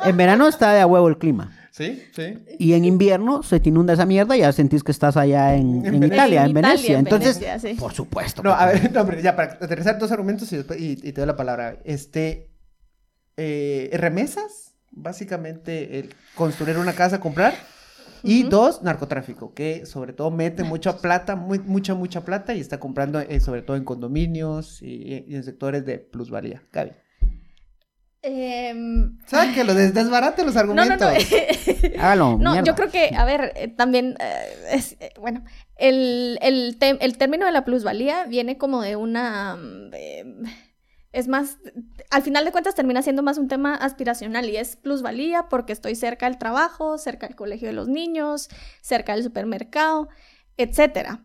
En verano está de a huevo el clima. Sí, sí. Y en invierno se te inunda esa mierda y ya sentís que estás allá en, en En Italia, en Italia, Venecia. en Entonces, Venecia, sí. por supuesto. No, que- a ver, no, hombre, ya para aterrizar dos argumentos y, después- y- y te doy la palabra. Este, eh, remesas, básicamente el construir una casa, comprar. Y dos, narcotráfico, que sobre todo mete mucha plata, muy- mucha, mucha plata y está comprando eh, sobre todo en condominios y, y en sectores de plusvalía. Gaby. Em, Sáquelo, des- desbarate los no, no, argumentos. no. Hágalo. No, mierda. yo creo que, a ver, eh, también, eh, es, eh, bueno, el, el, tem- el término de la plusvalía viene como de una... mm, eh, es más, al final de cuentas termina siendo más un tema aspiracional y es plusvalía porque estoy cerca del trabajo, cerca del colegio de los niños, cerca del supermercado, etcétera.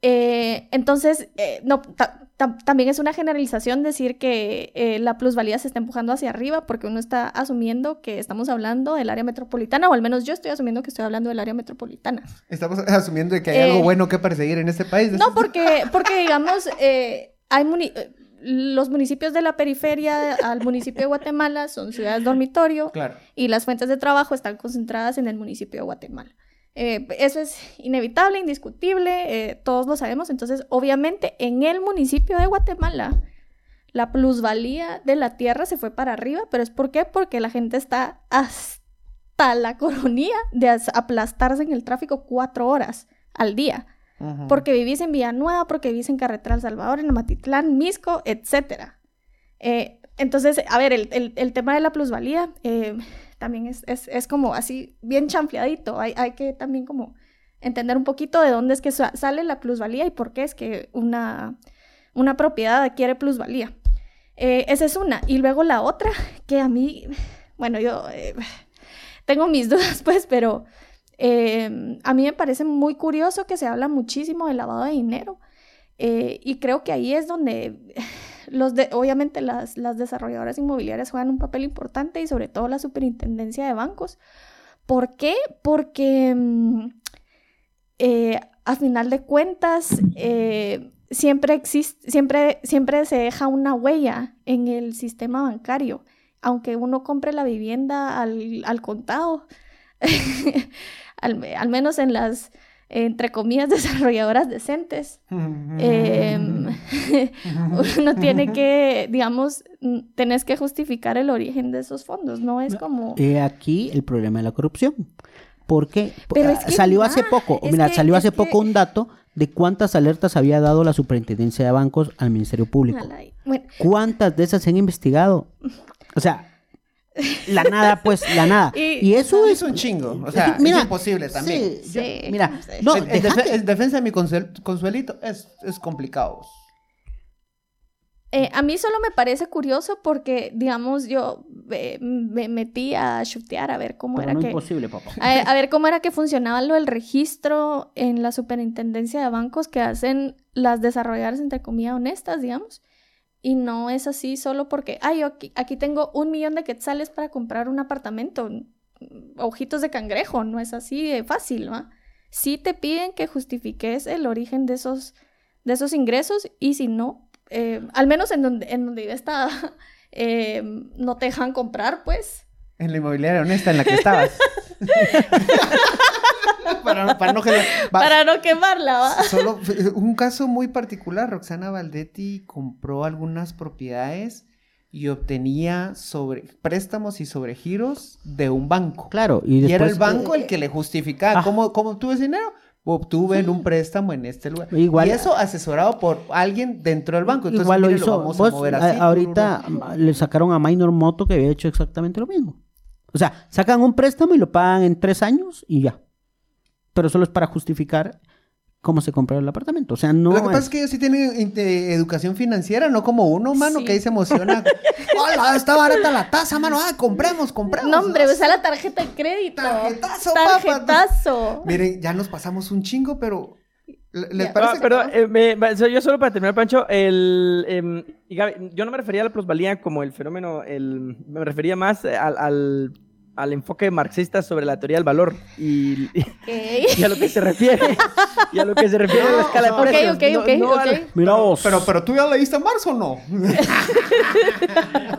Eh, entonces, eh, no, ta- ta- también es una generalización decir que eh, la plusvalía se está empujando hacia arriba porque uno está asumiendo que estamos hablando del área metropolitana, o al menos yo estoy asumiendo que estoy hablando del área metropolitana. Estamos asumiendo de que hay Eh, algo bueno que perseguir en este país. No, porque, porque digamos, eh, hay muni- eh, los municipios de la periferia al municipio de Guatemala son ciudades dormitorio Claro. y las fuentes de trabajo están concentradas en el municipio de Guatemala. Eh, eso es inevitable, indiscutible, eh, todos lo sabemos. Entonces, obviamente, en el municipio de Guatemala, la plusvalía de la tierra se fue para arriba, pero ¿es por qué? Porque la gente está hasta la coronía de as- aplastarse en el tráfico cuatro horas al día. Ujú. Porque vivís en Villanueva, porque vivís en Carretera El Salvador, en Amatitlán, Misco, etcétera. Eh, entonces, a ver, el, el- el tema de la plusvalía eh, también es, es- es como así bien chanfleadito. Hay, hay que también como entender un poquito de dónde es que sa- sale la plusvalía y por qué es que una, una propiedad adquiere plusvalía. Eh, esa es una. Y luego la otra, que a mí, bueno, yo eh, tengo mis dudas pues, pero eh, a mí me parece muy curioso que se habla muchísimo del lavado de dinero. eh, y creo que ahí es donde los de- obviamente las, las desarrolladoras inmobiliarias juegan un papel importante y sobre todo la superintendencia de bancos, ¿Por qué? Porque mm, eh, a final de cuentas eh, siempre, existe, siempre, siempre se deja una huella en el sistema bancario. Aunque uno compre la vivienda al, al contado, al, al menos en las, entre comillas, desarrolladoras decentes, eh, uno tiene que, digamos, mm, tenés que justificar el origen de esos fondos, no es como... He aquí el problema de la corrupción. Porque Pero es que ah, salió va, hace poco, es mira, que- salió es hace que- poco un dato de cuántas alertas había dado la Superintendencia de Bancos al Ministerio Público. Ojalá y- Bueno, ¿Cuántas de esas se han investigado? O sea, la nada, pues, la nada. Y- Y, eso Es es... un chingo. O sea, mira, es imposible también. sí, yo- Sí, mira, no sé. no, en, en deja defe- que- en defensa de mi consuel- consuelito, es, es complicado. Eh, a mí solo me parece curioso porque, digamos, yo eh, me metí a chutear a ver cómo Pero era no que... imposible, papá. A, a ver cómo era que funcionaba lo del registro en la superintendencia de bancos que hacen las desarrolladoras, entre comillas, honestas, digamos. Y no es así solo porque, ay, yo aquí, aquí tengo un millón de quetzales para comprar un apartamento. Ojitos de cangrejo, no es así de fácil, ¿va? Sí te piden que justifiques el origen de esos, de esos ingresos y si no, eh, al menos en donde, en donde vive esta, eh, no te dejan comprar, pues. En la inmobiliaria honesta en la que estabas. para, para no que la- va- Para no quemarla, ¿va? Solo eh, un caso muy particular. Roxana Valdetti compró algunas propiedades y obtenía sobre préstamos y sobregiros de un banco. Claro, y Y, después... eh, era el banbanco el que le justificaba. Ah. ¿Cómo, ¿Cómo obtuve ese dinero? Obtuve en un préstamo en este lugar. Igual- y eso asesorado por alguien dentro del banco. Entonces, Igual lo mire, hizo. vamos a vos, mover a- así, ahorita ma- le sacaron a Minor Moto que había hecho exactamente lo mismo. O sea, sacan un préstamo y lo pagan en tres años y ya. Pero solo es para justificar cómo se compró el apartamento. O sea, no. lo que pasa es- es que ellos sí tienen inte- educación financiera, no como uno, mano, Sí. que ahí se emociona. ¡Hola! Está barata la tasa, mano. ¡Ah, compremos, compremos! No, hombre, Ah, pues, usa la tarjeta de crédito. Tarjetazo, Tarjetazo. Miren, ya nos pasamos un chingo, pero. ¿le- ¿Les Ya. parece? Ah, que pero estamos- eh, me- va- so- yo solo para terminar, Pancho, el, em, y Gaby, yo no me refería a la plusvalía como el fenómeno, el, me refería más eh, al, al, al enfoque marxista sobre la teoría del valor y, Ok. y a lo que se refiere, y a lo que se refiere a la escala de Ok, precios. ok, No- ok, no a la- ok. Mira vos. Pero, pero tú ya leíste Marx o no?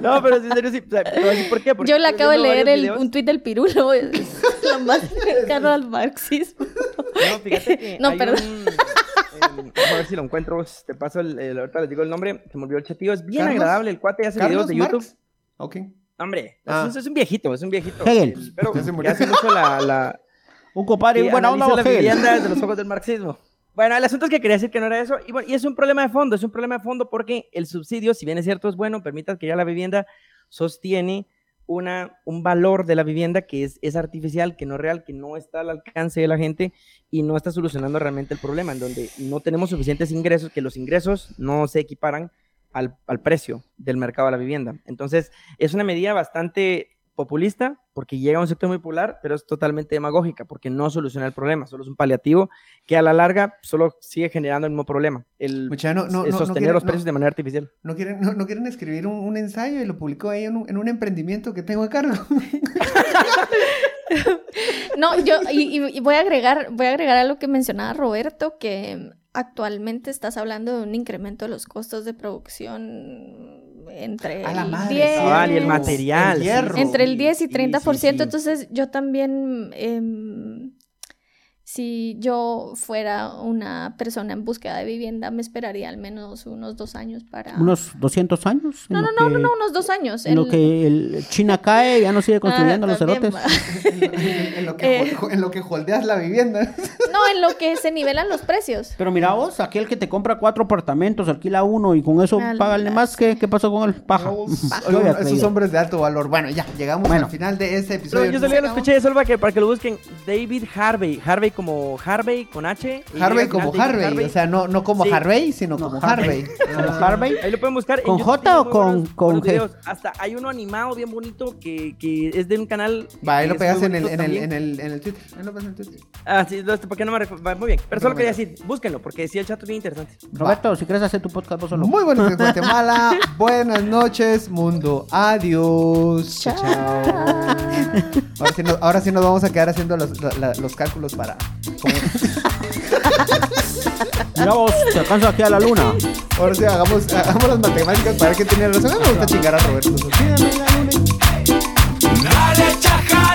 No, pero en serio, sí, o sea, te voy a decir ¿por qué? Porque Yo le estoy acabo de viendo leer varios el- videos. un tuit del pirulo. Es lo más cercano al marxismo. No, fíjate que No, hay perdón. un- em, vamos a ver si lo encuentro. Te paso el, el- ahorita les digo el nombre. Se me olvidó el chatillo. Es bien Carlos- agradable. El cuate hace videos ¿Carlos de YouTube. Marx? Ok. Hombre, Ah. es, un- es un viejito, es un viejito. Hegel. El- Pero Ya se que murió. hace mucho la, la, un compadre, que buena onda, analiza las Bogel. viviendas desde los ojos del marxismo. Bueno, el asunto es que quería decir que no era eso. Y, bueno, y es un problema de fondo, es un problema de fondo porque el subsidio, si bien es cierto, es bueno, permita que ya la vivienda sostiene una, un valor de la vivienda que es, es artificial, que no es real, que no está al alcance de la gente y no está solucionando realmente el problema, en donde no tenemos suficientes ingresos, que los ingresos no se equiparan al, al precio del mercado de la vivienda. Entonces, es una medida bastante populista porque llega a un sector muy popular, pero es totalmente demagógica porque no soluciona el problema, solo es un paliativo que a la larga solo sigue generando el mismo problema, el Mucha, Pues no, no, no, es no sostener quieren- los no- precios de manera artificial. ¿No quieren, no, no quieren escribir un, un ensayo y lo publicó ahí en un, en un emprendimiento que tengo a cargo? No, yo y, y- y voy a agregar, voy a agregar a lo que mencionaba Roberto, que actualmente estás hablando de un incremento de los costos de producción entre A la el madre. 10, Cabal, y Ah, el material, El sí, hierro. entre el 10 y Sí, 30%. sí, sí. Entonces, yo también, em, si yo fuera una persona en búsqueda de vivienda, me esperaría al menos unos dos años para. Unos 200 años. en no, lo no, no, no, que- no, unos dos años. En lo El- que el China cae, ya no sigue construyendo Ah, los también cerotes. va. en, lo que, Eh. hol- en lo que holdeas la vivienda. No, en lo que se nivelan los precios. Pero mira vos, aquel que te compra cuatro apartamentos, alquila uno y con eso Al- págale más, ¿qué, qué pasó con el paja? Yo había Esos creído. hombres de alto valor. Bueno, ya, llegamos Bueno. al final de este Pero episodio. yo solo ya lo acabó. escuché de Solva que para que lo busquen David Harvey, Harvey como Harvey con H. Harvey y al final como te dicen Harvey, o sea, no, no como Sí. Harvey, sino No, como Harvey. Harvey. Como Harvey. Ahí lo pueden buscar. en ¿Con YouTube J o tiene muy con- buenos- con buenos G? videos. Hasta hay uno animado bien bonito que, que es de un canal. Va, ahí que lo es pegas muy en el, bonito en, el, también. en, el, en el Twitter. Ahí lo pegas en el Twitter. Ah, sí, no, ¿por qué no me recu- va, Muy bien. Pero solo Recomiendo. quería decir, búsquenlo, porque sí, el chat es bien interesante. Roberto, si quieres hacer tu podcast vos solo. Muy buenos días, Guatemala. Buenas noches, mundo. Adiós. Chao. Ah. Ahora sí, nos, ahora sí nos vamos a quedar haciendo los, la- la- los cálculos para. como- Mira vos, te alcanzo aquí a la luna. ahora sí, hagamos, hagamos las matemáticas para ver qué tiene razón. Ah, Me gusta chingar a Roberto. Sofía. Dale, chajale.